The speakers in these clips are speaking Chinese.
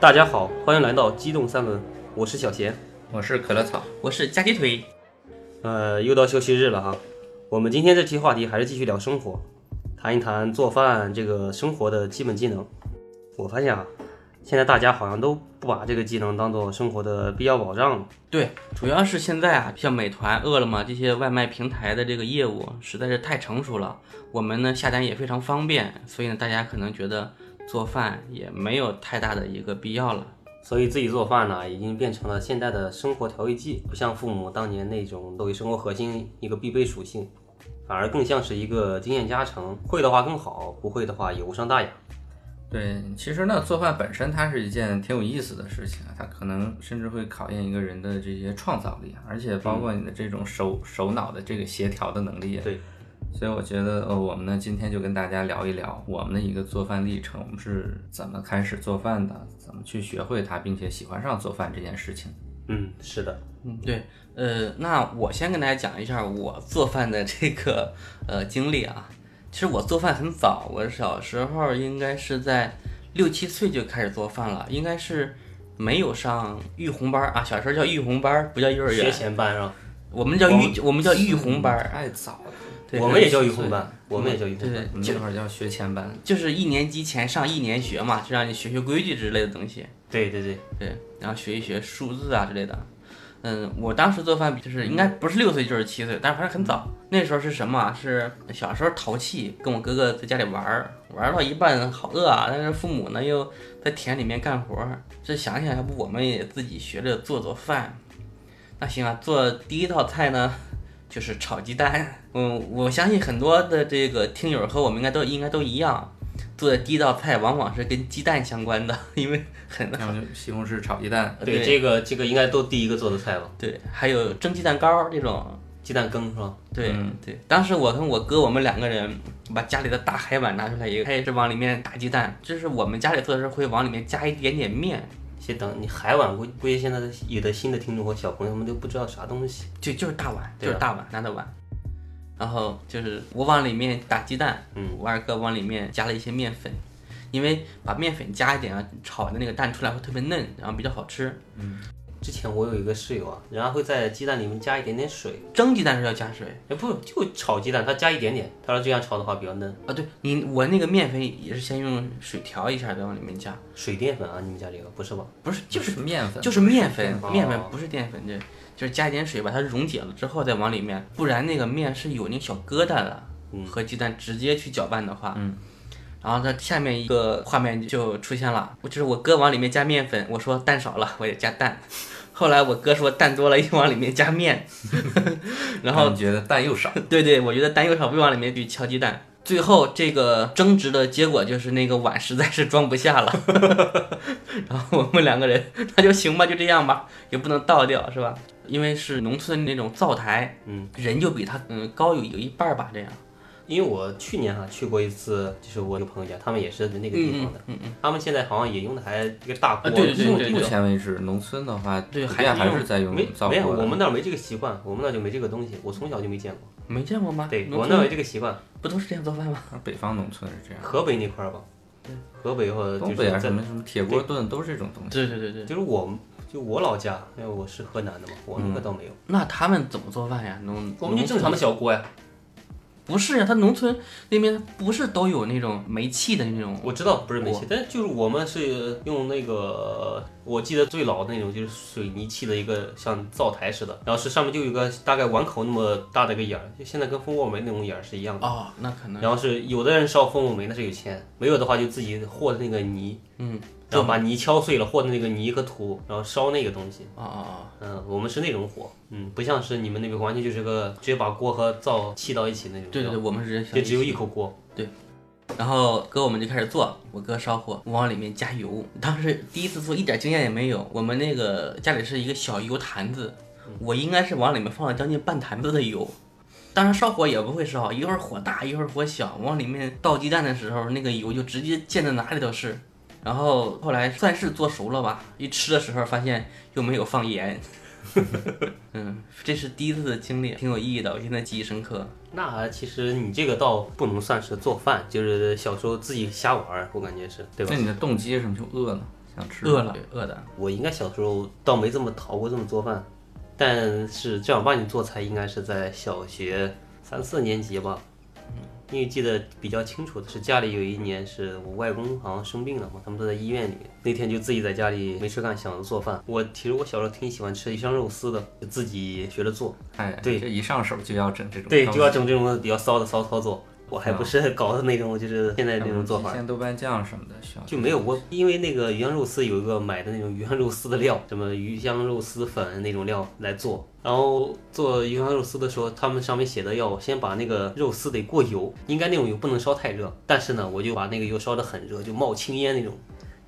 大家好，欢迎来到机动三轮，我是小贤。我是可乐草，我是夹鸡腿，呃，又到休息日了哈，我们今天这期话题还是继续聊生活，谈一谈做饭这个生活的基本技能。我发现啊，现在大家好像都不把这个技能当做生活的必要保障了。对，主要是现在啊，像美团、饿了么这些外卖平台的这个业务实在是太成熟了，我们呢下单也非常方便，所以呢大家可能觉得做饭也没有太大的一个必要了。所以自己做饭呢、已经变成了现代的生活调味剂，不像父母当年那种作为生活核心一个必备属性，反而更像是一个经验加成。会的话更好，不会的话也无伤大雅。对，其实呢，做饭本身它是一件挺有意思的事情啊，它可能甚至会考验一个人的这些创造力，啊而且包括你的这种手、手脑的这个协调的能力。啊对，所以我觉得，呃，我们呢今天就跟大家聊一聊我们的一个做饭历程，我们是怎么开始做饭的，怎么去学会它，并且喜欢上做饭这件事情。嗯，是的，嗯，对，呃，那我先跟大家讲一下我做饭的这个呃经历啊。其实我做饭很早，我小时候应该是在六七岁就开始做饭了，应该是没有上育红班儿啊，小时候叫育红班儿，不叫幼儿学园，前班啊，我们叫育，我们叫育红班儿。太早了，对我们也叫育红班，我们也叫育对红班。对我，们那会儿叫学前班。就是一年级前上一年学嘛，就让你学学规矩之类的东西，对对对，对，然后学一学数字啊之类的。嗯，我当时做饭就是应该不是六岁就是七岁，但是反正很早。那时候是什么啊？是小时候淘气，跟我哥哥在家里玩儿，玩儿到一半好饿啊，但是父母呢又在田里面干活儿，这想想要不我们也自己学着做做饭。那行啊，做第一道菜呢就是炒鸡蛋。嗯，我相信很多的这个听友和我们应该都应该都一样，做的第一道菜往往是跟鸡蛋相关的，因为很要么就西红柿炒鸡 啊蛋，对这个这个应该都第一个做的菜吧，对，还有蒸鸡蛋糕这种。鸡蛋羹是吧？对、对，当时我跟我哥我们两个人把家里的大海碗拿出来一个，开始往里面打鸡蛋。就是我们家里做的时候会往里面加一点点面，先等你海碗，估估计现在的有的新的听众和小朋友们都不知道啥东西。就就是大碗，就对啊是大碗拿的碗。然后就是我往里面打鸡蛋，嗯，我二哥往里面加了一些面粉，因为把面粉加一点啊，炒的那个蛋出来会特别嫩，然后比较好吃。之前我有一个室友啊，人家会在鸡蛋里面加一点点水，蒸鸡蛋是要加水哎不就炒鸡蛋，他加一点点，他说这样炒的话比较嫩。啊，对你我那个面粉也是先用水调一下，再往里面加，水淀粉啊，你们家这个不是吧？不是就就是是面粉，就是面粉哦，面粉不是淀粉，对，就是加一点水把它溶解了之后再往里面，不然那个面是有那个小疙瘩的。嗯和鸡蛋直接去搅拌的话，嗯，然后它下面一个画面就出现了，我就是我哥往里面加面粉，我说蛋少了，我也加蛋。后来我哥说蛋多了，又往里面加面， 然后你觉得蛋又少，对对，我觉得蛋又少，不往里面去敲鸡蛋。最后这个争执的结果就是那个碗实在是装不下了， 然后我们两个人 那就行吧，就这样吧，也不能倒掉是吧？因为是农村那种灶台，嗯，人就比他嗯高有有一半儿吧，这样。因为我去年啊去过一次，就是我一个朋友家，他们也是那个地方的，嗯他们现在好像也用的还一个大锅，啊对对对用对目前为止，农村的话，对普还遍是还用是在用没灶没有，锅的我。们那儿没这个习惯，我们那儿就没这个东西，我从小就没见过。没见过吗？对，农我村那儿没这个习惯，不都是这样做饭吗？啊北方农村是这样，河北那块儿吧，河北或者就东是北啊在什么什么铁锅炖都是这种东西。对对对对，就是我们就我老家，因为我是河南的嘛，我嗯那个倒没有，那他们怎么做饭呀？农我们就正常的小锅呀。不是呀，他农村那边不是都有那种煤气的那种？我知道不是煤气，但是就是我们是用那个，我记得最老的那种就是水泥砌的一个像灶台似的，然后是上面就有一个大概碗口那么大的一个眼儿，就现在跟蜂窝煤那种眼儿是一样的。哦，那可能然后是有的人烧蜂窝煤那是有钱，没有的话就自己和的那个泥，嗯，然后把泥敲碎了和的那个泥和土，然后烧那个东西。哦哦嗯，我们是那种火，嗯，不像是你们那边完全就是个直接把锅和灶砌到一起那哦种，，对对对，我们是就只有一口锅。然后哥我们就开始做，我哥烧火，我往里面加油。当时第一次做，一点经验也没有。我们那个家里是一个小油坛子，我应该是往里面放了将近半坛子的油。当然烧火也不会烧，一会儿火大，一会儿火小。往里面倒鸡蛋的时候，那个油就直接溅的哪里都是。然后后来算是做熟了吧，一吃的时候发现又没有 放盐。嗯，这是第一次的经历，挺有意义的，我现在记忆深刻。那其实你这个倒不能算是做饭，就是小时候自己瞎玩儿，我感觉是对吧那？你的动机是什么？就饿了，想吃，饿了，饿的。我应该小时候倒没这么淘过这么做饭，但是正儿八经做菜应该是在小学三四年级吧。因为记得比较清楚的是，家里有一年是我外公好像生病了嘛，他们都在医院里面。那天就自己在家里没事干，想着做饭。我其实我小时候挺喜欢吃鱼香肉丝的，就自己学着做。哎，对这一上手就要整这种对，东西就要整这种比较骚的骚操作。我还不是搞的那种，就是现在那种做法，像豆瓣酱什么的需要就没有我，因为那个鱼香肉丝有一个买的那种鱼香肉丝的料，什么鱼香肉丝粉那种料来做。然后做鱼香肉丝的时候，他们上面写的要先把那个肉丝得过油，应该那种油不能烧太热，但是呢，我就把那个油烧得很热，就冒青烟那种。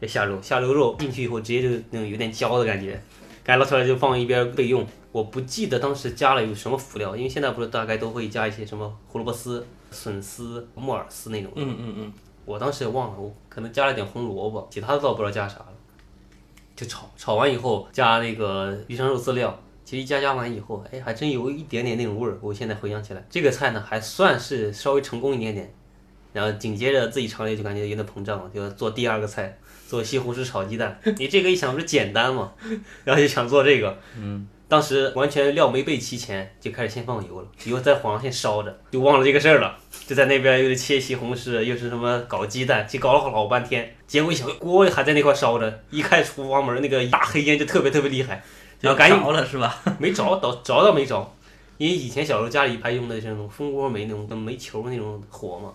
这下肉，下流肉进去以后，直接就那种有点焦的感觉，该捞出来就放一边备用。我不记得当时加了有什么辅料，因为现在不是大概都会加一些什么胡萝卜丝、笋丝、木耳丝那种。嗯嗯嗯，我当时也忘了，我可能加了点红萝卜，其他的倒不知道加啥了。就炒炒完以后加那个鱼香肉丝料，其实一加加完以后，哎，还真有一点点那种味儿。我现在回想起来，这个菜呢还算是稍微成功一点点。然后紧接着自己尝了就感觉有点膨胀了，就要做第二个菜，做西红柿炒鸡蛋。你这个一想不是简单吗？然后就想做这个，嗯，当时完全料没备齐前就开始先放油了，油在火上先烧着，就忘了这个事儿了。就在那边又是切西红柿，又是什么搞鸡蛋，就搞了老半天。结果一想，锅还在那块烧着，一开厨房门那个大黑烟就特别特别厉嗯害，然后赶紧着了是吧？ 没着，倒着倒没着，因为以前小时候家里一排用的是那种蜂窝煤那种煤球那种火嘛，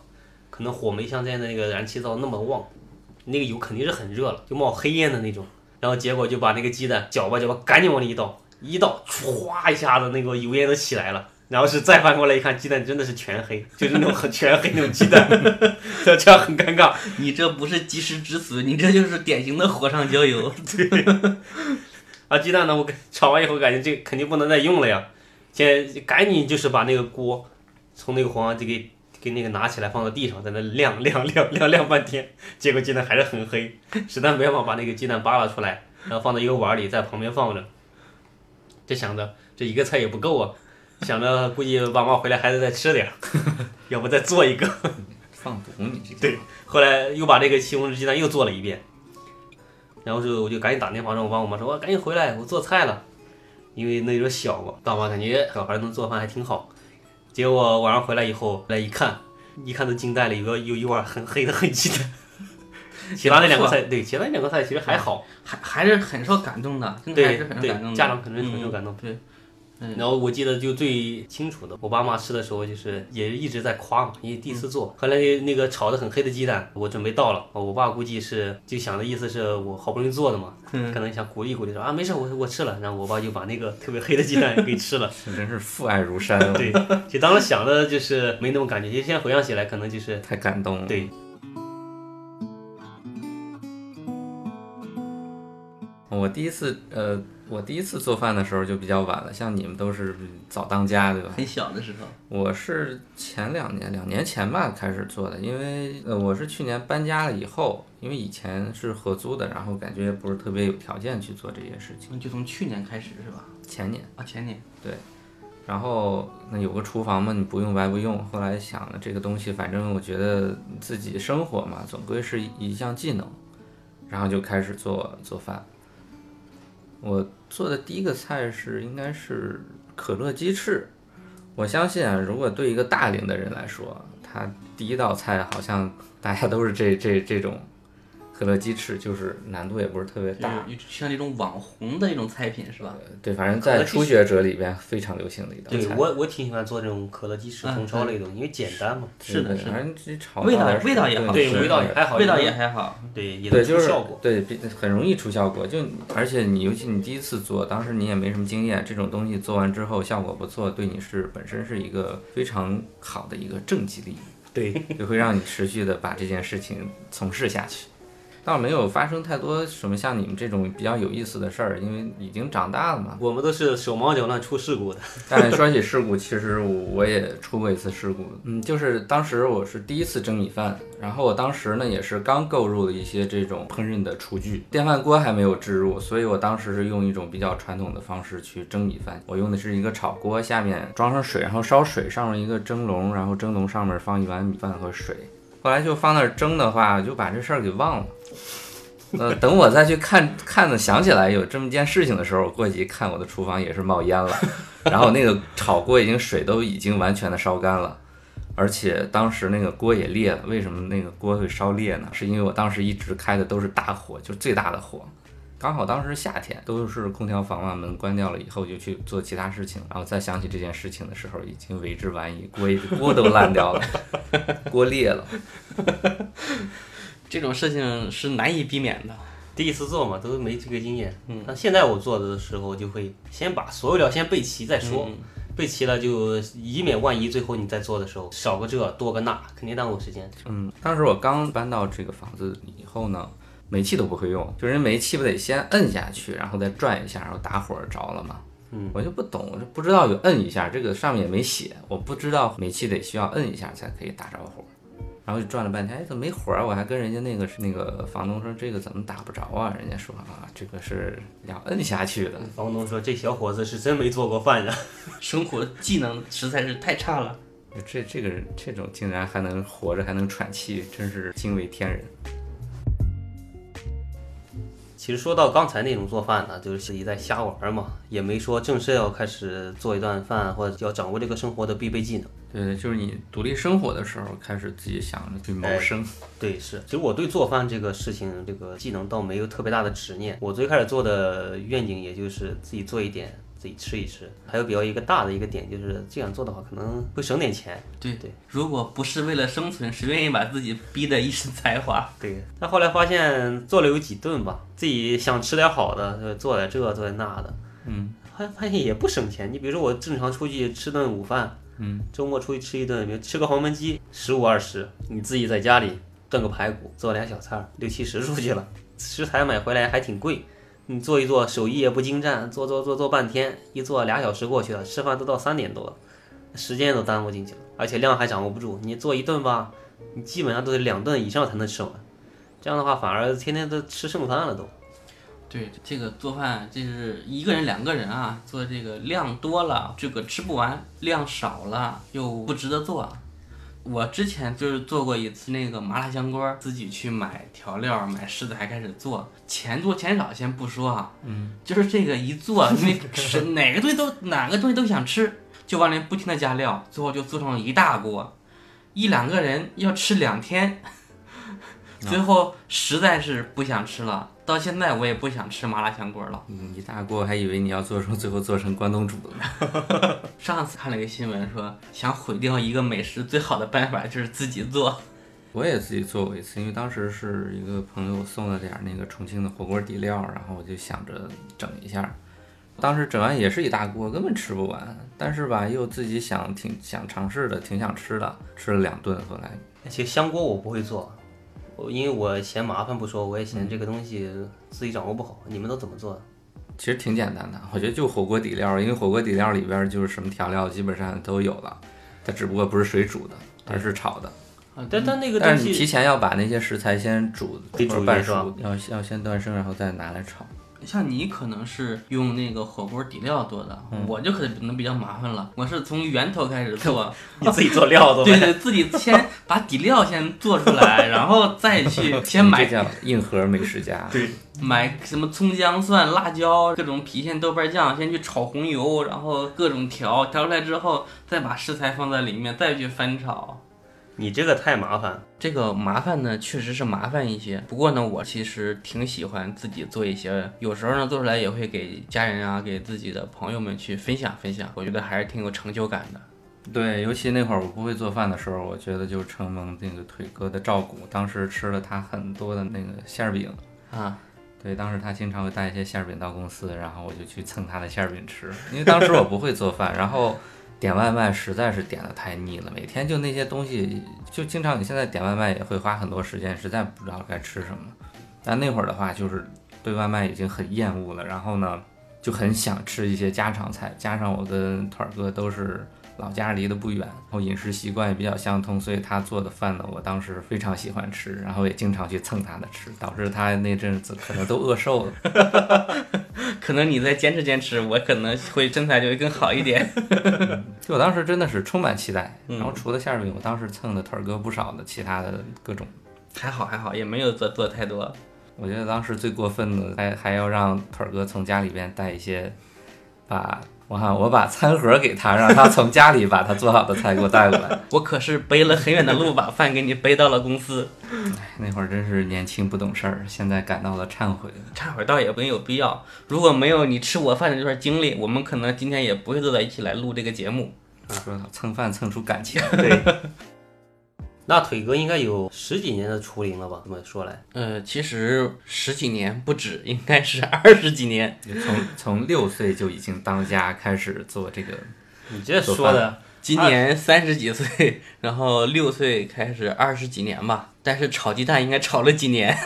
可能火没像现在那个燃气灶那么旺，那个油肯定是很热了，就冒黑烟的那种。然后结果就把那个鸡蛋搅吧搅吧，赶紧往里一倒，一倒歘一下子那个油烟都起来了。然后是再翻过来一看，鸡蛋真的是全黑，就是那种很全黑那种鸡蛋， 这这样很尴尬。 你这不是及时止损，你这就是典型的火上浇油。啊，鸡蛋呢，我给炒完以后感觉这个肯定不能再用了呀，先赶紧就是把那个锅从那个火上就给给那个拿起来放到地上，在那晾晾晾晾晾半天，结果鸡蛋还是很黑，实在没办法把那个鸡蛋扒拉出来，然后放到一个碗里在旁边放着，就想着这一个菜也不够啊，想着估计爸妈回来还得再吃点儿， 要不再做一个。 放毒，你这个对后来又把这个西红柿鸡蛋又做了一遍，然后就我就赶紧打电话让我爸我妈说，我赶紧回来，我做菜了，因为那时候小嘛，爸妈感觉小孩能做饭还挺好。结果晚上回来以后，来一看，一看都惊呆了，有个有一碗很黑的黑鸡蛋。其他那两个菜，对，其他那两个菜其实还好，还还是很受感动的，真的还对是很受感对，动的。家长肯定很受感动。动。对，嗯然后我记得就最清楚的，我爸妈吃的时候就是也一直在夸嘛，因为第一次做。嗯后来那个炒的很黑的鸡蛋，我准备到了，我爸估计是就想的意思是我好不容易做的嘛，嗯可能想鼓励鼓励说啊没事我我吃了，然后我爸就把那个特别黑的鸡蛋给吃了。 是真是父爱如山啊，对，其实当时想的就是没那种感觉，其实现在回想起来，可能就是太感动了。对。我第一次呃，我第一次做饭的时候就比较晚了，像你们都是早当家，对吧？很小的时嗯候，我是前两年，两年前吧开始做的，因为呃我是去年搬家了以后，因为以前是合租的，然后感觉也不是特别有条件去做这些事情。就从去年开始是吧？前年，啊，前年。然后那有个厨房嘛，你不用白不用。后来想了这个东西，反正我觉得自己生活嘛，总归是一项技能，然后就开始做做饭。我做的第一个菜是应该是可乐鸡翅。我相信啊，如果对一个大龄的人来说，他第一道菜好像大家都是这 这这种可乐鸡翅，就是难度也不是特别就大。是像这种网红的一种菜品是吧？对，反正可乐在鸡初学者里边非常流行的一道菜。对我我挺喜欢做这种可乐鸡翅、嗯红烧类的，因为简单嘛，是的，是反的，正这炒味道的味道也好对吃味道也还好，味道也还好。对也能对，就出是效果。对，比很容易出效果。就而且你尤其你第一次做，当时你也没什么经验，这种东西做完之后效果不错，对你是本身是一个非常好的一个正激励，对，就会让你持续的把这件事情从事下去。倒没有发生太多什么像你们这种比较有意思的事儿，因为已经长大了嘛。我们都是手忙脚乱出事故的。但说起事故，其实我我也出过一次事故。嗯，就是当时我是第一次蒸米饭，然后我当时呢也是刚购入了一些这种烹饪的厨具，电饭锅还没有置入，所以我当时是用一种比较传统的方式去蒸米饭。我用的是一个炒锅，下面装上水，然后烧水，上面一个蒸笼，然后蒸笼上面放一碗米饭和水。后来就放那儿蒸的话，就把这事儿给忘了。呃，等我再去看看的想起来有这么件事情的时候，我过去一看，我的厨房也是冒烟了。然后那个炒锅已经水都已经完全的烧干了，而且当时那个锅也裂了。为什么那个锅会烧裂呢？是因为我当时一直开的都是大火，就最大的火。刚好当时夏天，都是空调房嘛，门关掉了以后就去做其他事情，然后再想起这件事情的时候，已经为之晚矣，锅锅都烂掉了，锅裂了。这种事情是难以避免的。第一次做嘛，都没这个经验。嗯，但现在我做的时候，就会先把所有料先备齐再说，备齐了就以免万一，最后你再做的时候少个这多个那，肯定耽误时间。嗯，当时我刚搬到这个房子以后呢，煤气都不会用，就是煤气不得先摁下去，然后再转一下，然后打火着了嘛。嗯，我就不懂，我就不知道有摁一下，这个上面也没写，我不知道煤气得需要摁一下才可以打着火。然后就转了半天，哎，怎么没火啊？我还跟人家那个那个房东说这个怎么打不着啊？人家说啊，这个是要摁下去的。房东说这小伙子是真没做过饭呀、生活技能实在是太差了。这这个人这种竟然还能活着还能喘气，真是惊为天人。其实说到刚才那种做饭呢，就是自己在瞎玩儿嘛，也没说正式要开始做一顿饭，或者要掌握这个生活的必备技能。对，就是你独立生活的时候，开始自己想着去谋生。对，是。其实我对做饭这个事情，这个技能倒没有特别大的执念。我最开始做的愿景，也就是自己做一点，自己吃一吃。还有比较一个大的一个点，就是这样做的话，可能会省点钱。对对，如果不是为了生存，谁愿意把自己逼得一身才华？对。但后来发现做了有几顿吧，自己想吃点好的，就做点这做点那的，嗯，还发现也不省钱。你比如说我正常出去吃顿午饭，嗯，周末出去吃一顿，比如吃个黄焖鸡，十五二十，你自己在家里炖个排骨，做俩小菜儿，六七十出去了，食材买回来还挺贵。你做一做，手艺也不精湛，做做做做半天，一做俩小时过去了，吃饭都到三点多了，时间都耽误进去了，而且量还掌握不住。你做一顿吧，你基本上都得两顿以上才能吃完。这样的话，反而天天都吃剩饭了都。 对，这个做饭就是一个人、两个人啊，做这个量多了，这个吃不完；量少了又不值得做。我之前就是做过一次那个麻辣香锅，自己去买调料、买食材开始做，钱多钱少先不说啊，嗯，就是这个一做，因为吃哪个东西都哪个东西都想吃，就往里不停的加料，最后就做成了一大锅，一两个人要吃两天，最后实在是不想吃了，到现在我也不想吃麻辣香锅了。嗯，一大锅还以为你要做成最后做成关东煮了。上次看了一个新闻说，想毁掉一个美食最好的办法就是自己做。我也自己做过一次，因为当时是一个朋友送了点儿那个重庆的火锅底料，然后我就想着整一下。当时整完也是一大锅，根本吃不完，但是吧又自己想挺想尝试的，挺想吃的，吃了两顿，后来其实香锅我不会做，我因为我嫌麻烦不说，我也嫌这个东西自己掌握不好。你们都怎么做？其实挺简单的，我觉得就火锅底料，因为火锅底料里边就是什么调料基本上都有了，它只不过不是水煮的，而是炒的。但嗯但那个东但是你西，提前要把那些食材先煮，得煮或者一半遍是吧熟，要要先断生，然后再拿来炒。像你可能是用那个火锅底料做的，我就可能比较麻烦了。我是从源头开始做，你自己做料 都对对，自己先把底料先做出来，然后再去先你这买叫硬核美食家。对买什么葱姜蒜、辣椒、各种郫县豆瓣酱，先去炒红油，然后各种调，调出来之后再把食材放在里面，再去翻炒。你这个太麻烦了。这个麻烦呢，确实是麻烦一些。不过呢，我其实挺喜欢自己做一些，有时候呢做出来也会给家人啊，给自己的朋友们去分享分享。我觉得还是挺有成就感的。对，尤其那会儿我不会做饭的时候，我觉得就承蒙那个腿哥的照顾。当时吃了他很多的那个馅儿饼，啊，对，当时他经常会带一些馅儿饼到公司，然后我就去蹭他的馅儿饼吃，因为当时我不会做饭，然后点外卖实在是点的太腻了，每天就那些东西，就经常你现在点外卖也会花很多时间，实在不知道该吃什么。但那会儿的话，就是对外卖已经很厌恶了，然后呢，就很想吃一些家常菜。加上我跟团儿哥都是老家离得不远，然后饮食习惯也比较相通，所以他做的饭呢，我当时非常喜欢吃，然后也经常去蹭他的吃，导致他那阵子可能都饿瘦了。 可能你再坚持坚持，我可能会身材就会更好一点。就我当时真的是充满期待。然后除了馅儿饼，我当时蹭了团儿哥不少的其他的各种。还好还好，也没有做做太多。我觉得当时最过分的还还要让腿儿哥从家里边带一些，把我看我把餐盒给他，让他从家里把他做好的菜给我带过来。 我可是背了很远的路把饭给你背到了公司，那会儿真是年轻不懂事儿，现在感到了忏悔。忏悔倒也没有必要。如果没有你吃我饭的这段经历，我们可能今天也不会坐在一起来录这个节目。说蹭饭蹭出感情，对。那腿哥应该有十几年的厨龄了吧？这么说来，呃，其实十几年不止，应该是 二十几年。就从 从六岁就已经当家开始做这个，你这说的，今年三十几岁，然后六岁开始二十几年吧。但是炒鸡蛋应该炒了几年，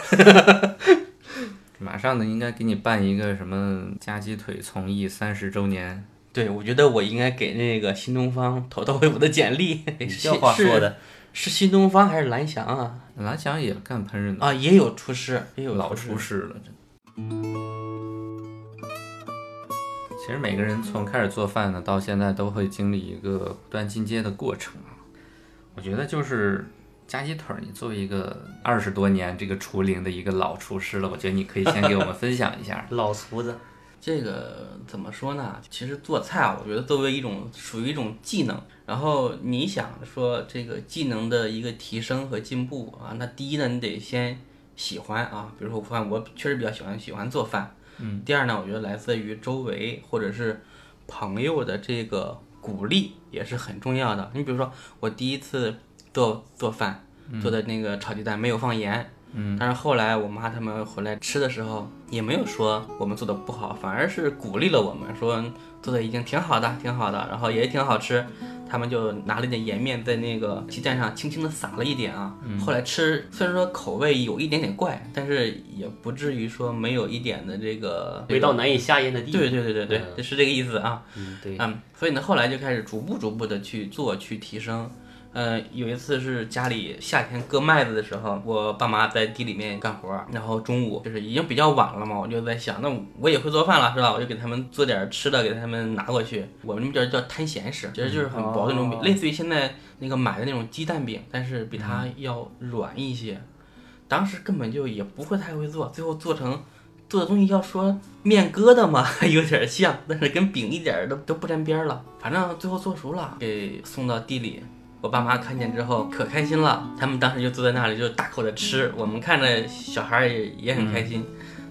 马上呢应该给你办一个什么夹鸡腿从艺三十周年，对我觉得我应该给那个新东方投投喂我的简历。你这话说的，。是新东方还是蓝翔啊？蓝翔也干烹饪的，啊，也有厨师，也有老厨厨。师了，真的。其实每个人从开始做饭呢到现在都会经历一个不断进阶的过程啊。我觉得就是夹鸡腿，儿，你作为一个二十多年这个厨龄的一个老厨师了，我觉得你可以先给我们分享一下老厨子，这个怎么说呢？其实做菜啊，我觉得作为一种属于一种技能。然后你想说这个技能的一个提升和进步啊，那第一呢，你得先喜欢啊。比如说我发现我确实比较喜欢喜欢做饭。嗯。第二呢，我觉得来自于周围或者是朋友的这个鼓励也是很重要的。你比如说我第一次做做饭做的那个炒鸡蛋没有放盐，但是后来我妈他们回来吃的时候，也没有说我们做的不好，反而是鼓励了我们，说做的已经挺好的，挺好的，然后也挺好吃。他们就拿了点盐面在那个鸡蛋上轻轻的撒了一点啊。后来吃，虽然说口味有一点点怪，但是也不至于说没有一点的这个回到难以下咽的地步。对对对对对，就是这个意思啊。嗯，对，嗯，所以呢，后来就开始逐步逐步的去做，去提升。呃，有一次是家里夏天割麦子的时候，我爸妈在地里面干活儿，然后中午就是已经比较晚了嘛，我就在想，那我也会做饭了是吧？我就给他们做点吃的，给他们拿过去。我们那边叫摊咸食，其实就是很薄的那种饼，哦类似于现在那个买的那种鸡蛋饼，但是比它嗯要软一些。当时根本就也不会太会做，最后做成做的东西要说面疙瘩嘛， 有点像，但是跟饼一点儿都都不沾边儿了。反正最后做熟了，给送到地里。我爸妈看见之后可开心了，他们当时就坐在那里就大口的吃，我们看着小孩儿也也很开心，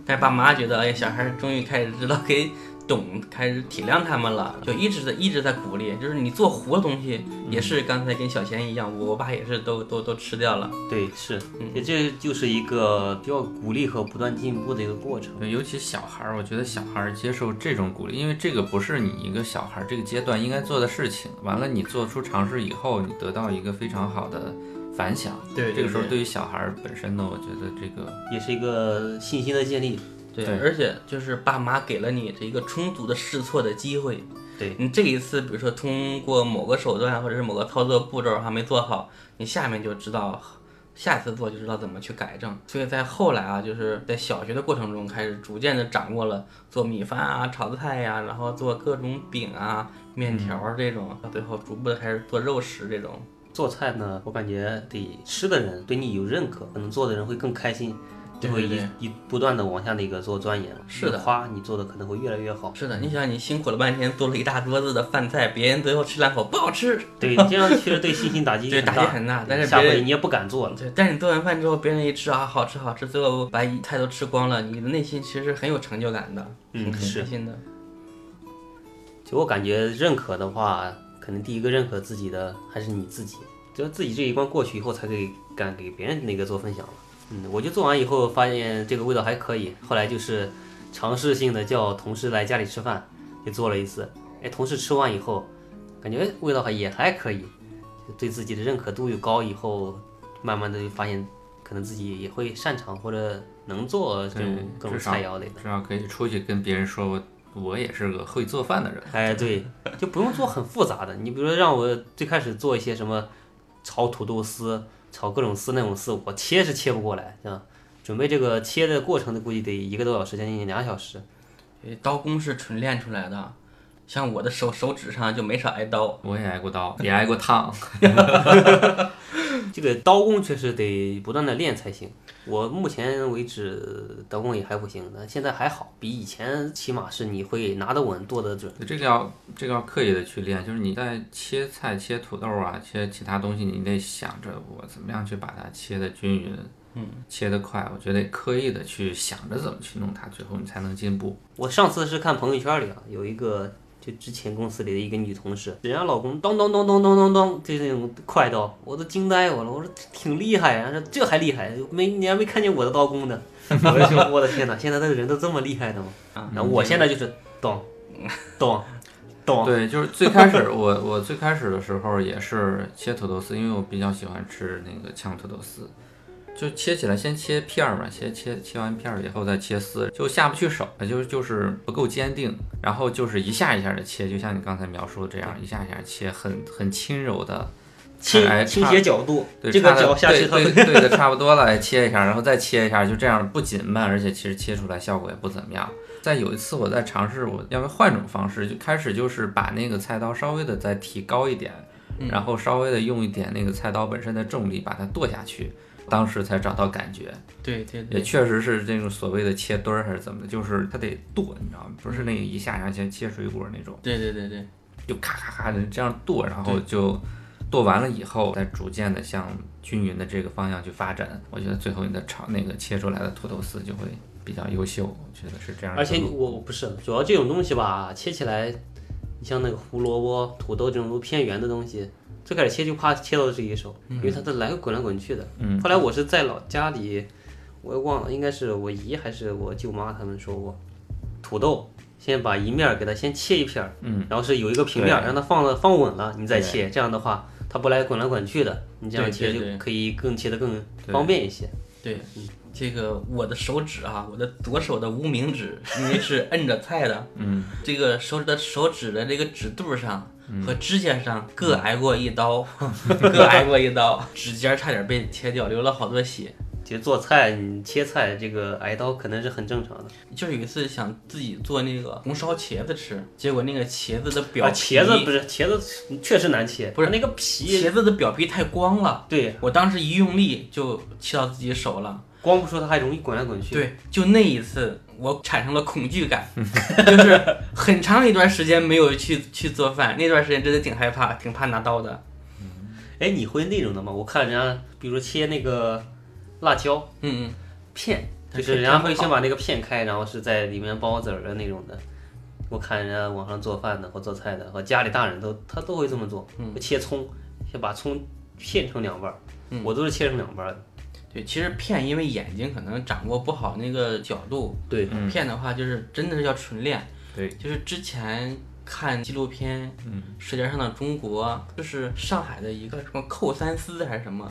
但是爸妈觉得哎呀，小孩儿终于开始知道可以懂，开始体谅他们了，就一直在一直在鼓励，就是你做糊的东西也是刚才跟小贤一样，我我爸也是都都都吃掉了。对，是，也这就是一个需要鼓励和不断进步的一个过程。对，尤其小孩儿，我觉得小孩儿接受这种鼓励，因为这个不是你一个小孩儿这个阶段应该做的事情。完了，你做出尝试以后，你得到一个非常好的反响。对这个时候对对于小孩儿本身呢，我觉得这个也是一个信心的建立。对，对而且就是爸妈给了你这一个充足的试错的机会。对你这一次，比如说通过某个手段或者是某个操作步骤还没做好，你下面就知道，下次做就知道怎么去改正。所以在后来啊，就是在小学的过程中开始逐渐的掌握了做米饭啊、炒菜呀、然后做各种饼啊、面条儿这种，到最后逐步的开始做肉食这种。做菜呢，我感觉得吃的人对你有认可，可能做的人会更开心，就对会对一一不断的往下那个做钻研。是的夸你做的可能会越来越好。是的，你想你辛苦了半天做了一大桌子的饭菜，别人最后吃两口不好吃，对，这样其实对信心打击对很大打击很大但是下别回人你也不敢做了。对，但是你做完饭之后，别人一吃啊，好吃好吃，最后把一菜都吃光了，你的内心其实很有成就感的，嗯很很是开心的。就我感觉认可的话，可能第一个认可自己的还是你自己，只有自己这一关过去以后，才可以敢给别人那个做分享了。嗯，我就做完以后发现这个味道还可以，后来就是尝试性的叫同事来家里吃饭，也做了一次。哎，同事吃完以后，感觉哎味道还也还可以，就对自己的认可度又高以后，慢慢的就发现可能自己也会擅长或者能做这种对各种至少菜肴类的。至少可以出去跟别人说我我也是个会做饭的人。哎，对，就不用做很复杂的。你比如说让我最开始做一些什么炒土豆丝、炒各种丝那种丝，我切是切不过来，是吧？准备这个切的过程呢，估计得一个多小时，将近俩小时。诶刀工是纯练出来的，像我的手手指上就没少挨刀。我也挨过刀，也挨过烫。这个刀工确实得不断的练才行。我目前为止刀工也还不行，但现在还好，比以前起码是你会拿得稳、剁得准。这个要这个要刻意的去练，就是你在切菜、切土豆啊、切其他东西，你得想着我怎么样去把它切的均匀，嗯，切得快。我觉得刻意的去想着怎么去弄它，最后你才能进步。我上次是看朋友圈里啊，有一个就之前公司里的一个女同事，人家老公当当当当当当当，就那种快刀，我都惊呆我了。我说挺厉害啊，说这还厉害，没你还没看见我的刀工呢。我就 说我的天哪，现在这个人都这么厉害的吗？啊啊然后我现在就是咚 咚咚，对，就是最开始我我最开始的时候也是切土豆丝，因为我比较喜欢吃那个炝土豆丝，就切起来先切片儿嘛，切切切完片儿以后再切丝，就下不去手，就是就是不够坚定，然后就是一下一下的切，就像你刚才描述的这样，一下一下地切，很很轻柔的，倾哎倾差斜角度，对，这个差的脚下去它对会对对的差不多了，哎切一下，然后再切一下，就这样不仅慢，而且其实切出来效果也不怎么样。再有一次我在尝试，我要不要换种方式，就开始就是把那个菜刀稍微的再提高一点，嗯然后稍微的用一点那个菜刀本身的重力把它剁下去。当时才找到感觉，对对也对，确实是这种所谓的切墩儿还是怎么的，就是它得剁，你知道吗？不是那个一下下切切水果那种。对对对对，就咔咔咔的这样剁，然后就剁完了以后，再逐渐的向均匀的这个方向去发展。我觉得最后你的炒那个切出来的土豆丝就会比较优秀，我觉得是这样的而且思你路。嗯我我不是，主要这种东西吧，切起来，你像那个胡萝卜、土豆这种都偏圆的东西，最开始切就怕切到自己手，因为它这来回滚来滚去的。嗯后来我是在老家里，我也忘了，应该是我姨还是我舅妈他们说过，土豆先把一面儿给它先切一片儿，嗯，然后是有一个平面儿，对让它放了放稳了，你再切，这样的话它不来滚来滚去的，你这样对切对就对可以更切得更对方便一些。对，嗯这个我的手指啊，我的左手的无名指，因为是摁着 菜的，嗯，这个手指的手指的这个指肚上嗯和指甲上各挨过 一刀，各挨过一刀，指尖差点被切掉，流了好多血。其实做菜，你切菜这个挨刀可能是很正常的。就是有一次想自己做那个红烧茄子吃，结果那个茄子的表啊，皮，茄子不是茄子，确实难切，不是它那个皮，茄子的表皮太光了，对，我当时一用力就切到自己手了。光不说它还容易滚来滚去。对，就那一次，我产生了恐惧感， 就是很长一段时间没有去去做饭，那段时间真的挺害怕，挺怕拿刀的。哎，你会那种的吗？我看人家，比如说切那个辣椒嗯嗯，片，它就是是人家它会会先把那个片开，然后是在里面包籽儿啊的那种的。我看人家网上做饭的或做菜的和家里大人都他都会这么做，嗯会切葱，先把葱片成两半儿，嗯我都是切成两半儿的。对，其实片因为眼睛可能掌握不好那个角度，对，片的话就是真的是要纯练。对，就是之前看纪录片，嗯，《舌尖上的中国》，就是上海的一个什么寇三思还是什么，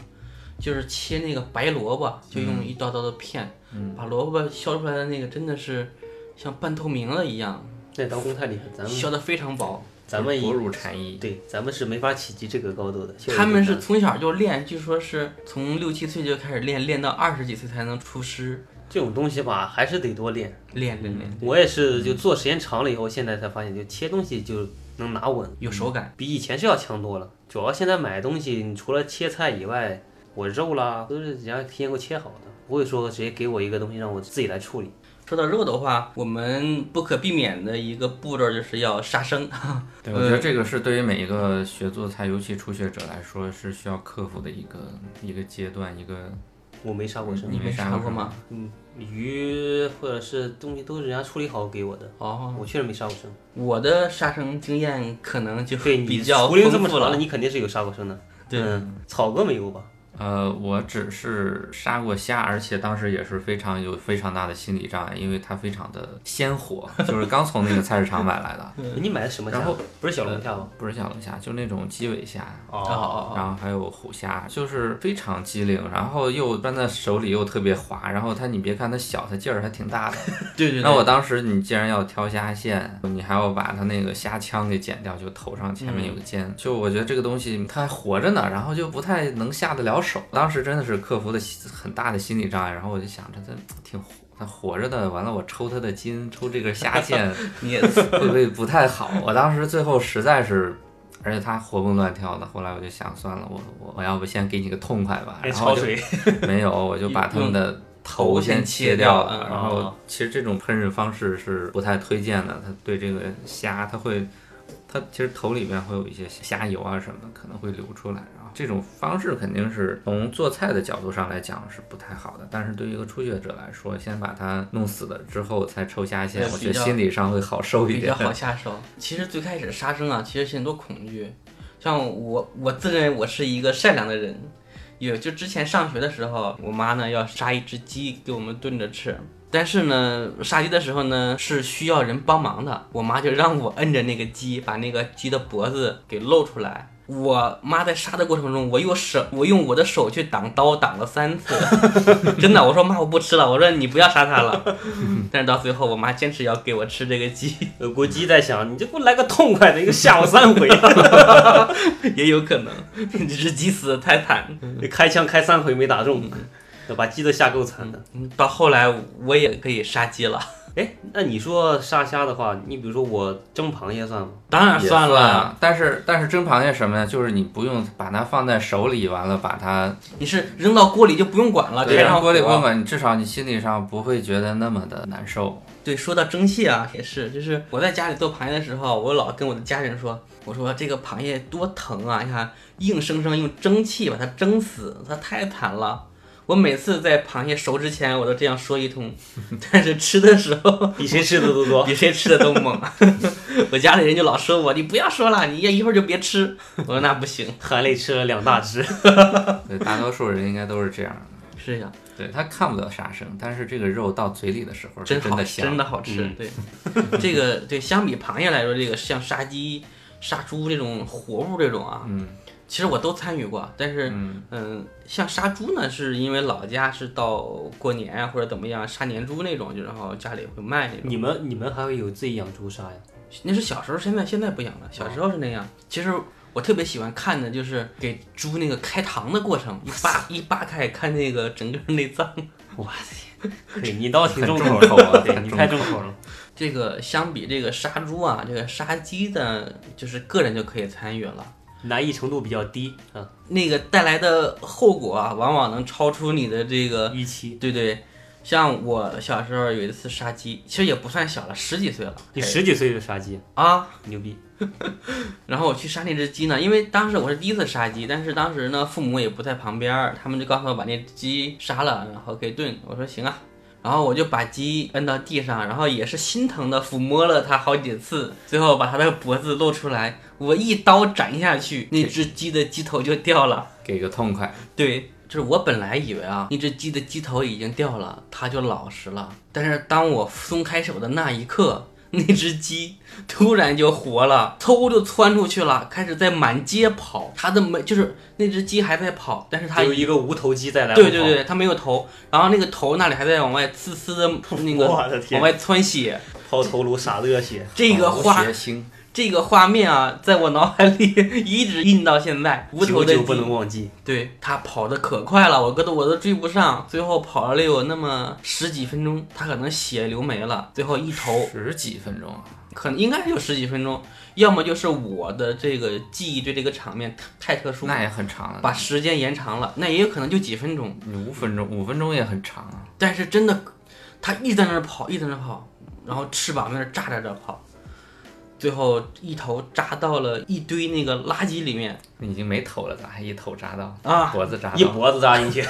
就是切那个白萝卜，就用一刀刀的片，把萝卜削出来的那个真的是像半透明的一样，那刀工太厉害，哎咱们削的非常薄。咱们哺一乳产业，对咱们是没法企及这个高度的。确实他们难是从小就练，据说是从六七岁就开始练，练到二十几岁才能出师，这种东西吧，还是得多练。练练练，我也是，嗯就做时间长了以后，现在才发现，就切东西就能拿稳，有手感。比以前是要强多了。主要现在买东西，你除了切菜以外，我肉啦都是人家提前给我切好的，不会说直接给我一个东西让我自己来处理。说到肉的话，我们不可避免的一个步骤就是要杀生。对，我觉得呃这个是对于每一个学做菜，尤其初学者来说，是需要克服的一个一个阶段，一个我没杀过生，你没没杀杀过吗？嗯，鱼或者是东西都是人家处理好给我的，哦，我确实没杀过生。我的杀生经验可能就对会你比较熟龄这丰么富长了，了。你肯定是有杀过生的。对嗯，草哥没有吧？呃，我只是杀过虾，而且当时也是非常有非常大的心理障碍，因为它非常的鲜活，就是刚从那个菜市场买来的，啊你买的什么虾？然后不是小龙虾吗？不是小龙虾，就那种鸡尾虾，哦哦然后还有虎虾，就是非常机灵，然后又端在手里又特别滑，然后它你别看它小，它劲儿还挺大的。哦，对对对，那我当时你既然要挑虾线，你还要把它那个虾枪给剪掉，就头上前面有个嗯尖，就我觉得这个东西它还活着呢，然后就不太能下得了手。当时真的是克服了心很大的心理障碍，然后我就想着它挺活。它活着的，完了我抽它的筋，抽这个虾线你也 会不会不太好？我当时最后实在是，而且它活蹦乱跳的，后来我就想算了，我我我要不先给你个痛快吧，哎然潮后就水，没有，我就把他们的头头先切先切掉然后其实这种烹饪方式是不太推荐的，它对这个虾，它会，它其实头里面会有一些虾油啊什么的可能会流出来，然后这种方式肯定是从做菜的角度上来讲是不太好的，但是对于一个初学者来说，先把它弄死了之后再抽虾线对，我比觉得较心理上会好受一比点较。好下手。其实最开始杀生啊，其实是很多恐惧。像我，我自认为我是一个善良的人。有就之前上学的时候，我妈呢要杀一只鸡给我们炖着吃，但是呢杀鸡的时候呢是需要人帮忙的，我妈就让我摁着那个鸡，把那个鸡的脖子给露出来。我妈在杀的过程中，我用手我用我的手去挡刀挡了三次， 真的，我说妈我不吃了，我说你不要杀它了，嗯但是到最后我妈坚持要给我吃这个鸡。有国鸡在想，你这给我来个痛快的，一个吓我三 回，也有可能，只是急死的太惨。开枪开三回没打 中，把鸡都吓够惨的。嗯到后来我也可以杀鸡了，哎，那你说杀虾的话，你比如说我蒸螃蟹算 吗？当然也算了。啊，但是但是蒸螃蟹什么呀？就是你不用把它放在手里，完了把它你是扔到锅里就不用管了，对，啊开上锅里不火。管，你至少你心理上不会觉得那么的难受。对，说到蒸蟹啊，也是，就是我在家里做螃蟹的时候，我老跟我的家人说，我说这个螃蟹多疼啊，你看硬生生用蒸汽把它蒸死，它太惨了。我每次在螃蟹熟之前，我都这样说一通， 但是吃的时候比谁吃的都 多。比谁吃的都猛。我家里人就老说我，你不要说了，你也一会儿就别吃。我说那不行，含泪吃了两 大只，对，大多数人应该都是这样的。是呀，对他看不了杀生，但是这个肉到嘴里的时候是真真好，的真香。嗯的好吃。对，这个对，相比螃蟹来说，这个像杀鸡、杀猪这种活物这种啊，嗯，其实我都参与过，但是嗯、像杀猪呢，是因为老家是到过年啊或者怎么样杀年猪那种，就然后家里会卖那种。你们你们还会有自己养猪 杀呀？那是小时候，现在现在不养了。小时候是那样。其实我特别喜欢看的就是给猪那个开膛的过程，一扒一扒开看那个整个内脏。对你倒挺重口很重口啊对很你重口太重口了。这个相比这个杀猪啊，这个杀鸡的，就是个人就可以参与了。嗯难易程度比较低啊，那个带来的后果啊，往往能超出你的这个预期。对对。像我小时候有一次杀鸡，其实也不算小了，十几岁了。你十几岁就杀鸡，哎啊，牛逼！然后我去杀那只鸡呢，因为当时我是第一次杀鸡，但是当时呢父母也不在旁边儿，他们就告诉我把那鸡杀了，然后给炖。我说行啊，然后我就把鸡摁到地上，然后也是心疼的抚摸了它好几次，最后把它的脖子露出来，我一刀斩下去，那只鸡的鸡头就掉了。给个痛快。对，就是我本来以为啊，那只鸡的鸡头已经掉了，它就老实了。但是当我松开手的那一刻，那只鸡突然就活了，嗖就窜出去了，开始在满街跑。它的没就是那只鸡还在跑，但是它就一个无头鸡在来回对跑。对对，它没有头，然后那个头那里还在往外呲呲的 那个我的天哦往外窜血。抛头颅洒热血，这个好画邪腥，这个画面啊，在我脑海里 一直印到现在，无头久的久鸡。不能忘记。对他跑得可快了，我哥都我都追不上，最后跑了有那么十几分钟，他可能血流没了，最后一头十几分钟啊！可能应该有十几分钟，要么就是我的这个记忆对这个场面太特殊，那也很长了。把时间延长了，那也有可能就几分钟，你五分钟，五分钟也很长啊。但是真的他一直在那儿跑，一直在那儿跑，然后翅膀在那儿炸炸着跑，最后一头扎到了一堆那个垃圾里面你已经没头了，咋还一头扎到？啊，脖子扎一到？脖子扎进去，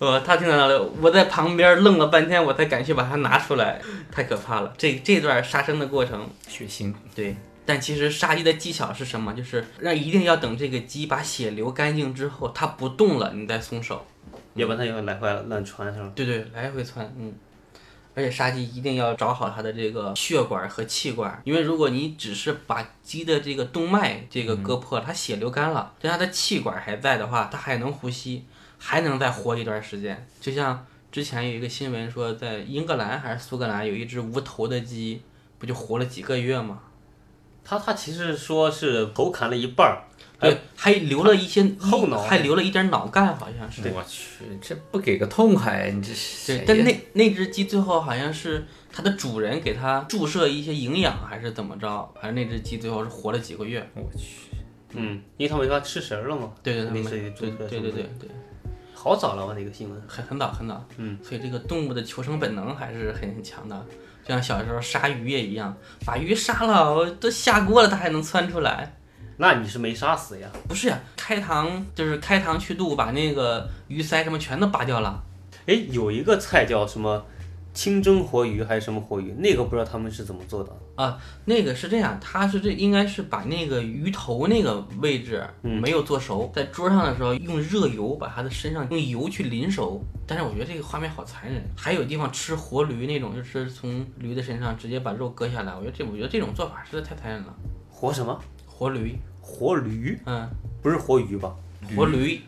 呃，他听到了，我在旁边愣了半天，我才敢去把它拿出来，太可怕了。这这段杀生的过程，血腥。对，但其实杀鸡的技巧是什么？就是让一定要等这个鸡把血流干净之后，它不动了，你再松手。要不然它也会来回乱窜是吧？对对，来回窜，嗯。而且杀鸡一定要找好它的这个血管和气管，因为如果你只是把鸡的这个动脉这嗯个割破了，它血流干了，但它的气管还在的话，它还能呼吸，还能再活一段时间。就像之前有一个新闻说，在英格兰还是苏格兰有一只无头的鸡，不就活了几个月哎吗？它它其实说是头砍了一半儿，对，还留了一些后脑还留了一点脑干，好像是。我去，这不给个痛快，你这对谁，但呀那那只鸡最后好像是它的主人给它注射一些营养，还是怎么着？反正那只鸡最后是活了几个月。我去，嗯，因为它没法吃食儿了嘛，对对对，类没似于对注对射对对对，对好早了吧那个新闻，很很早很早。嗯，所以这个动物的求生本能还是很很强的，就像小时候杀鱼也一样，把鱼杀了，我都下锅了，它还能窜出来。那你是没杀死呀？不是呀，开膛就是开膛去肚，把那个鱼鳃什么全都拔掉了。哎，有一个菜叫什么清蒸活鱼还是什么活鱼，那个不知道他们是怎么做的。啊，那个是这样，他是这应该是把那个鱼头那个位置没有做熟，在桌上的时候用热油把它的身上用油去淋熟，但是我觉得这个画面好残忍。还有地方吃活驴那种，就是从驴的身上直接把肉割下来，我觉得这我觉得这种做法实在太残忍了。活什么？活驴，活驴？嗯，不是活鱼吧？活驴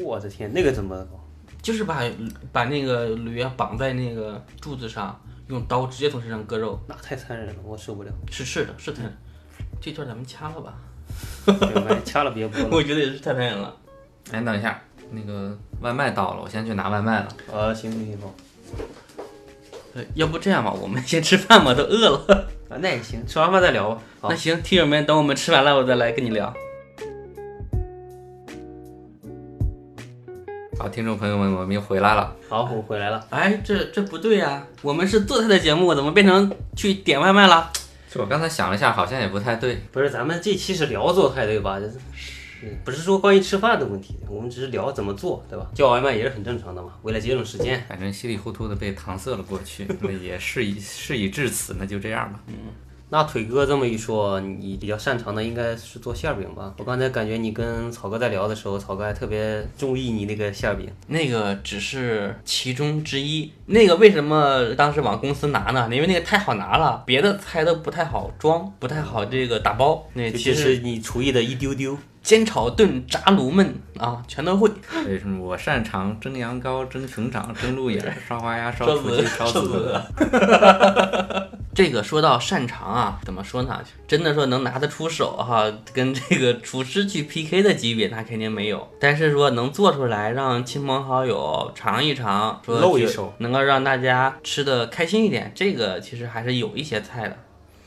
我的天，那个怎么搞？就是把把那个驴啊绑在那个柱子上，用刀直接从身上割肉，那太残忍了，我受不了。 是是的，是残忍。这段咱们掐了吧，对我还掐了别播了。 我觉得也是太残忍了。哎，等一下，那个外卖到了，我先去拿外卖了。啊，行行行，好 对，呃要不这样吧，我们先吃饭吧，都饿了。啊，那也行，吃完饭再聊吧。好那，行，听友们，等我们吃完了，我再来跟你聊。好，听众朋友们，我们又回来了。好，我回来了。哎，这这不对呀、啊我们是做菜的节目，怎么变成去点外卖了？就我刚才想了一下，好像也不太对。不是，咱们这期是聊做菜对吧？就是不是说关于吃饭的问题，我们只是聊怎么做，对吧？叫外卖也是很正常的嘛，为了节省时间。反正稀里糊涂的被搪塞了过去，那也事已事已至此，那就这样吧。那腿哥这么一说，你比较擅长的应该是做馅儿饼吧？我刚才感觉你跟草哥在聊的时候，草哥还特别注意你那个馅儿饼。那个只是其中之一。那个为什么当时往公司拿呢？因为那个太好拿了，别的菜都不太好装，不太好这个打包。那就其只实是你厨艺的一丢丢。煎、炒、炖、炸、卤、焖啊，全都会。为什么我擅长蒸羊羔、蒸熊掌、蒸鹿眼、烧花鸭、烧烧雏子鸡、烧烧子子鹅。 这个说到擅长啊，怎么说呢？真的说能拿得出手哈、跟这个厨师去 PK 的级别，那肯定没有。但是说能做出来，让亲朋好友尝一尝，说露一觉手，能够让大家吃的开心一点，这个其实还是有一些菜的。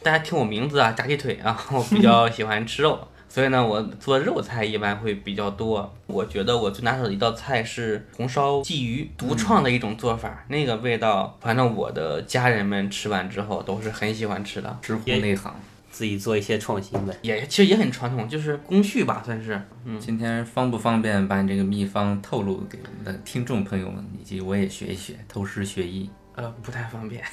大家听我名字啊，炸鸡腿啊， 我比较喜欢吃 肉，所以呢，我做肉菜一般会比较多。我觉得我最拿手的一道菜是红烧鲫鱼，独创的一种做法，那个味道，反正我的家人们吃完之后都是很喜欢吃的。啊知乎内行，自己做一些创新呗。也其实也很传统，就是工序吧，算是。今天方不方便把你这个秘方透露给我们的听众朋友们，以及我也学一学，偷师学艺。呃，不太方便。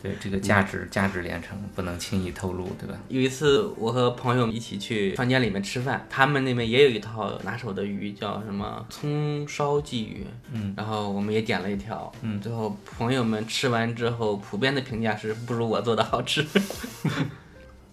对这个价值价值连城，不能轻易透露，对吧？有一次，我和朋友一起去饭店里面吃饭，他们那边也有一套拿手的鱼，叫什么葱烧鲫鱼。嗯，然后我们也点了一条。嗯，最后朋友们吃完之后，普遍的评价是不如我做的好吃。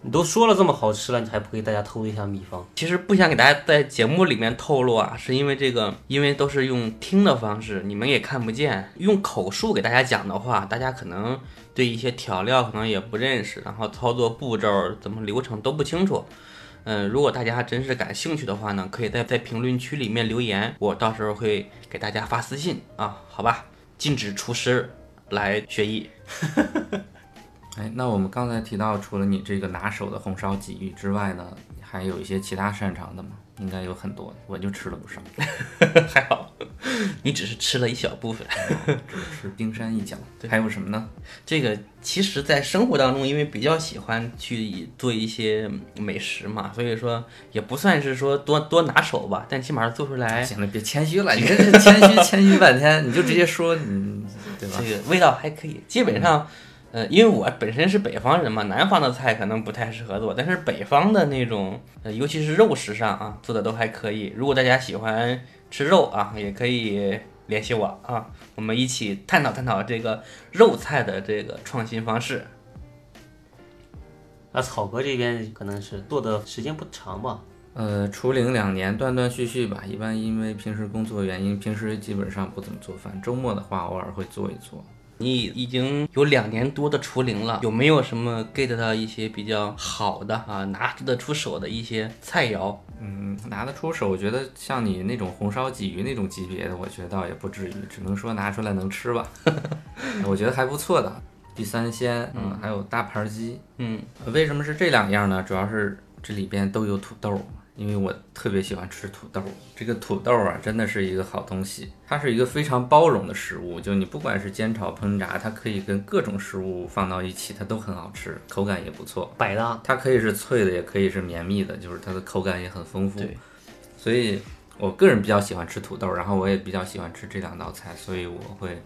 你都说了这么好吃了，你还不给大家偷一下秘方？其实不想给大家在节目里面透露啊，是因为这个，因为都是用听的方式，你们也看不见。用口述给大家讲的话，大家可能对一些调料可能也不认识，然后操作步骤、怎么流程都不清楚。嗯，如果大家真是感兴趣的话呢，可以在在评论区里面留言，我到时候会给大家发私信啊，好吧？禁止厨师来学艺。 哎，那我们刚才提到，除了你这个拿手的红烧鲫鱼之外呢，还有一些其他擅长的吗？应该有很多，我就吃了不少，还好，你只是吃了一小部分。只是冰山一角。还有什么呢？这个其实，在生活当中，因为比较喜欢去做一些嗯美食嘛，所以说也不算是说多多拿手吧，但起码做出来行了，别谦虚了，你这是谦虚谦虚半天，你就直接说，你对吧嗯这？个味道还可以。基本上，呃，因为我本身是北方人嘛，南方的菜可能不太适合做，但是北方的那种，呃，尤其是肉食上啊，做的都还可以。如果大家喜欢吃肉啊，也可以联系我啊，我们一起探讨探讨这个肉菜的这个创新方式。那草哥这边可能是做的时间不长吧，呃，除龄两年，断断续续吧。一般因为平时工作原因，平时基本上不怎么做饭，周末的话偶尔会做一做。你已经有两年多的厨龄了，有没有什么 get 到一些比较好的啊，拿得出手的一些菜肴？嗯，拿得出手，我觉得像你那种红烧鲫鱼那种级别的，我觉得倒也不至于，只能说拿出来能吃吧。 我觉得还不错的。地三鲜，嗯，还有大盘鸡，嗯，呃为什么是这两样呢？主要是这里边都有土豆，因为我特别喜欢吃土豆。这个土豆啊，真的是一个好东西，它是一个非常包容的食物，就你不管是煎炒烹炸，它可以跟各种食物放到一起，它都很好吃，口感也不错。百搭。它可以是脆的，也可以是绵密的，就是它的口感也很丰富对。所以我个人比较喜欢吃土豆，然后我也比较喜欢吃这两道菜，所以我会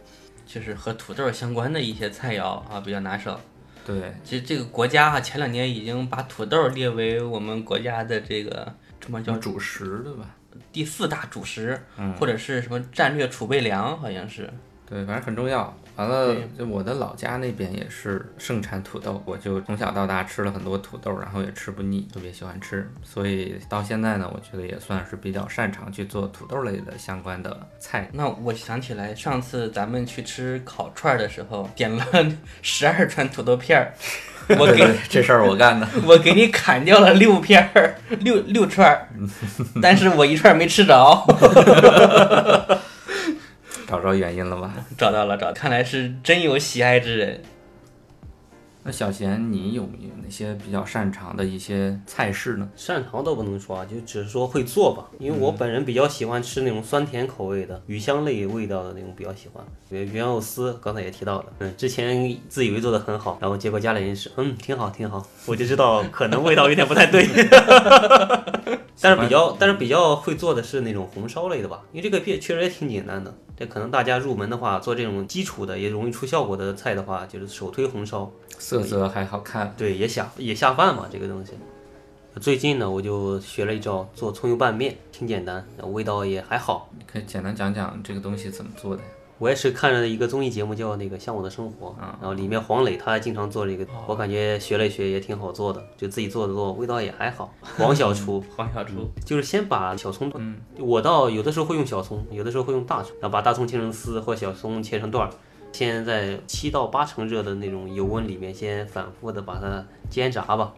就是和土豆相关的一些菜肴啊，比较拿手。对其实这个国家啊，前两年已经把土豆列为我们国家的这个什么叫主食，对吧？第四大主食，或者是什么战略储备粮，好像是。对，反正很重要。完了，就我的老家那边也是盛产土豆，我就从小到大吃了很多土豆，然后也吃不腻，特别喜欢吃。所以到现在呢，我觉得也算是比较擅长去做土豆类的相关的菜。那我想起来，上次咱们去吃烤串儿的时候，点了 十二串土豆片儿，我对给对 这事儿我干的。 我给你砍掉了六片儿， 六六串 儿，但是我一串儿没吃着。 找着原因了吧？找到了，找，看来是真有喜爱之人。那小贤，你有没有哪些比较擅长的一些菜式呢？擅长倒不能说啊，就只是说会做吧。因为我本人比较喜欢吃那种酸甜口味的鱼香类味道的那种比较喜欢，比如鱼香肉丝，刚才也提到了，嗯，之前自以为做的很好，然后结果家里人吃，嗯，挺好挺好，我就知道可能味道有点不太对。 但是比较，但是比较会做的是那种红烧类的吧，因为这个确确实也挺简单的。这可能大家入门的话，做这种基础的也容易出效果的菜的话，就是首推红烧。哦色泽还好看，对，也下也下饭嘛，这个东西。最近呢，我就学了一招做葱油拌面，挺简单，味道也还好。你可以简单讲讲这个东西怎么做的呀？我也是看了一个综艺节目叫那个《向往的生活》，然后里面黄磊他经常做这个，我感觉学了一学也挺好做的，就自己做的做，味道也还好。王小厨黄小厨，就是先把小葱，我倒有的时候会用小葱，有的时候会用大葱，然后把大葱切成丝或小葱切成段儿，先在七到八成热的那种油温里面先反复的把它煎炸吧，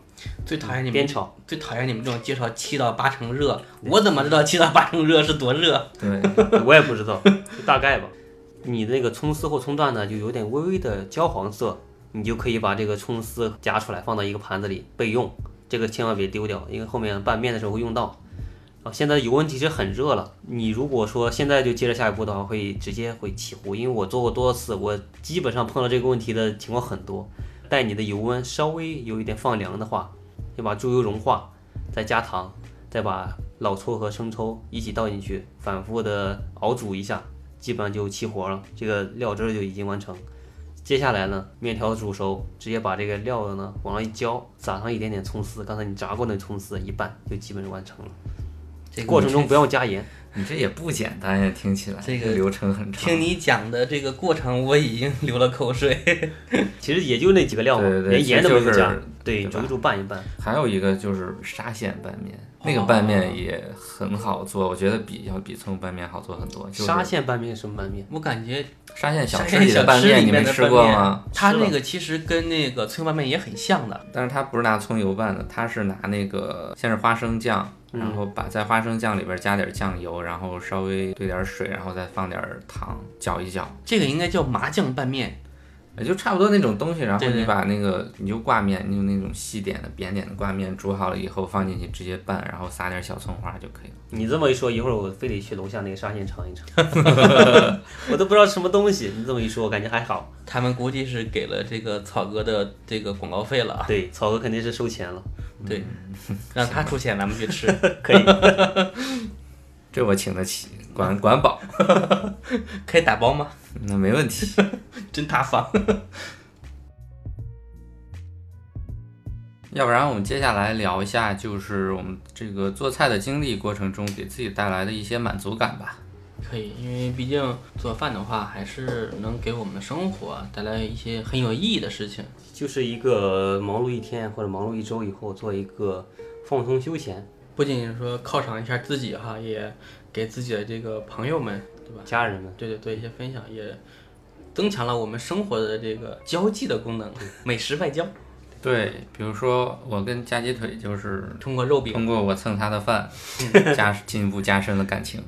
最讨厌你煸们，嗯炒。最讨厌你们这种介绍七到八成热，我怎么知道七到八成热是多热？对，我也不知道，就大概吧。你那个葱丝或葱段呢，就有点微微的焦黄色，你就可以把这个葱丝夹出来，放到一个盘子里备用。这个千万别丢掉，因为后面拌面的时候会用到。啊，现在油温其实很热了，你如果说现在就接着下一步的话，会直接会起糊。因为我做过多次，我基本上碰到这个问题的情况很多。待你的油温稍微有一点放凉的话，就把猪油融化，再加糖，再把啊老抽和生抽一起倒进去，反复的熬煮一下，基本上就齐活了。这个料汁儿就已经完成。接下来呢，面条煮熟，直接把这个料呢往上一浇，撒上一点点葱丝，刚才你炸过那葱丝一拌，就基本就完成了。这个过程中不要加盐，你这也不简单呀，听起来这个流程很长。听你讲的这个过程，我已经流了口水。其实也就那几个料嘛，对对对连盐都没有加其实就是。对，对吧煮一煮拌一拌。还有一个就是沙县拌面，哦那个拌面也很好做，我觉得比要比葱油拌面好做很多。就是沙县拌面是什么拌面？我感觉沙县小沙吃县里的小拌吃面，里你面们的吃拌过面吗？它是吧那个其实跟那个葱油拌面也很像的，但是它不是拿葱油拌的，它是拿那个先是花生酱，嗯然后把在花生酱里边加点酱油，然后稍微兑点水，然后再放点糖搅一搅，这个应该叫麻酱拌面。也就差不多那种东西。然后对对你把那个你就挂面，你有那种细点的扁点的挂面煮好了以后放进去直接拌，然后撒点小葱花就可以了。你这么一说，一会儿我非得去楼下那个沙县尝一尝，我都不知道什么东西。你这么一说，我感觉还好。他们估计是给了这个草哥的这个广告费了， 对，草哥肯定是收钱了。对，让他出钱咱们去吃。可以，这我请得起，管管饱， 可以打包吗？那没问题。真塌房。 要不然我们接下来聊一下，就是我们这个做菜的经历过程中给自己带来的一些满足感吧。可以，因为毕竟做饭的话，还是能给我们的生活带来一些很有意义的事情。就是一个忙碌一天或者忙碌一周以后，做一个放松休闲，不仅仅是说犒赏一下自己哈，也给自己的这个朋友们，对吧？家人们对对对，一些分享也增强了我们生活的这个交际的功能，美食外交，对，比如说我跟夹鸡腿就是通过肉饼。通过我蹭他 的饭，加进一步加深了感情。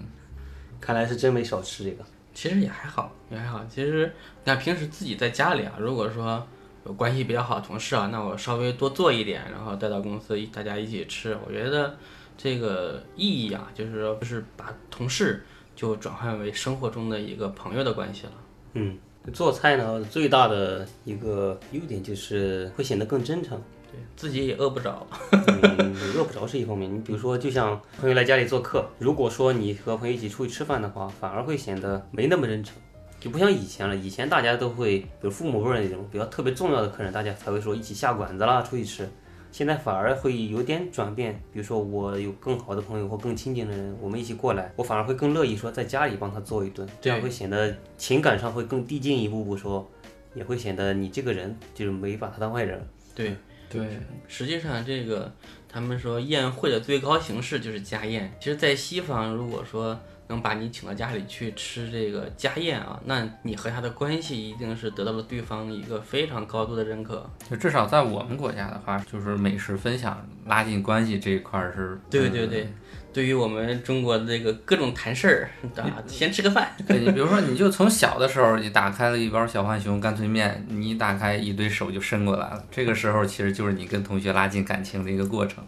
看来是真没少吃这个。其实也还好，也还好。其实你看平时自己在家里啊，如果说有关系比较好的同事啊，那我稍微多做一点，然后带到公司一大家一起吃，我觉得这个意义啊，就是说就是把同事就转换为生活中的一个朋友的关系了。嗯，做菜呢最大的一个优点就是会显得更真诚。对自己也饿不着，嗯，你饿不着是一方面。你比如说，就像朋友来家里做客，如果说你和朋友一起出去吃饭的话，反而会显得没那么真诚，就不像以前了。以前大家都会，比如父母辈儿那种比较特别重要的客人，大家才会说一起下馆子啦，出去吃。现在反而会有点转变，比如说我有更好的朋友或更亲近的人，我们一起过来，我反而会更乐意说在家里帮他做一顿，这样会显得情感上会更递进一步步说，也会显得你这个人就是没把他当外人。嗯对，对，实际上这个他们说宴会的最高形式就是家宴。其实，在西方，如果说能把你请到家里去吃这个家宴啊，那你和他的关系一定是得到了对方一个非常高度的认可。就至少在我们国家的话，就是美食分享、拉近关系这一块儿是，对对对，对于我们中国的这个各种谈事儿啊，先吃个饭，对你比如说，你就从小的时候，你打开了一包小浣熊干脆面，你一打开一堆手就伸过来了。这个时候其实就是你跟同学拉近感情的一个过程，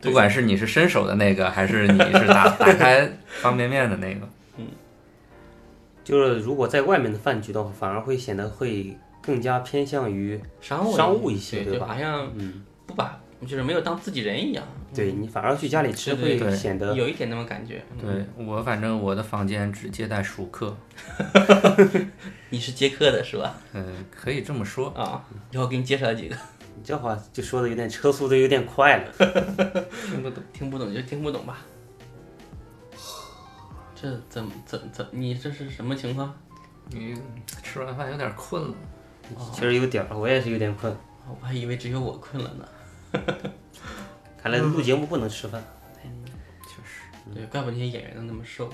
对不管是你是伸手的那个，还是你是打打开方便面的那个。就是如果在外面的饭局的话，反而会显得会更加偏向于商务商务一些对嗯对就吧好像不把就是没有当自己人一样，对你反而去家里吃对会嗯对显得有一点那种感觉。对我，反正我的房间只接待熟客，你是接客的是吧？嗯，可以这么说。啊，以后给你介绍几个，你这话就说的有点车速都有点快了。听不懂，听不懂就听不懂吧。这怎么怎怎你这是什么情况？你吃完饭有点困了。哦确实有点儿，我也是有点困，我还以为只有我困了呢。看来录节目不能吃饭，对，怪不得那些演员都那么瘦，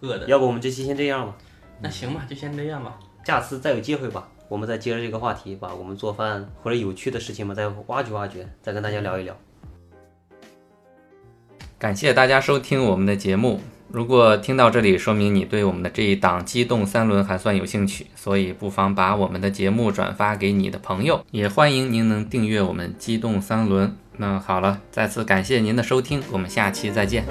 饿嗯的。要不我们这期先这样吧，那行吧，就先这样吧。下次再有机会吧，我们再接着这个话题，把我们做饭或者有趣的事情嘛，再挖掘挖掘，再跟大家聊一聊。感谢大家收听我们的节目。如果听到这里，说明你对我们的这一档《机动三轮》还算有兴趣，所以不妨把我们的节目转发给你的朋友，也欢迎您能订阅我们《机动三轮》。那好了，再次感谢您的收听，我们下期再见。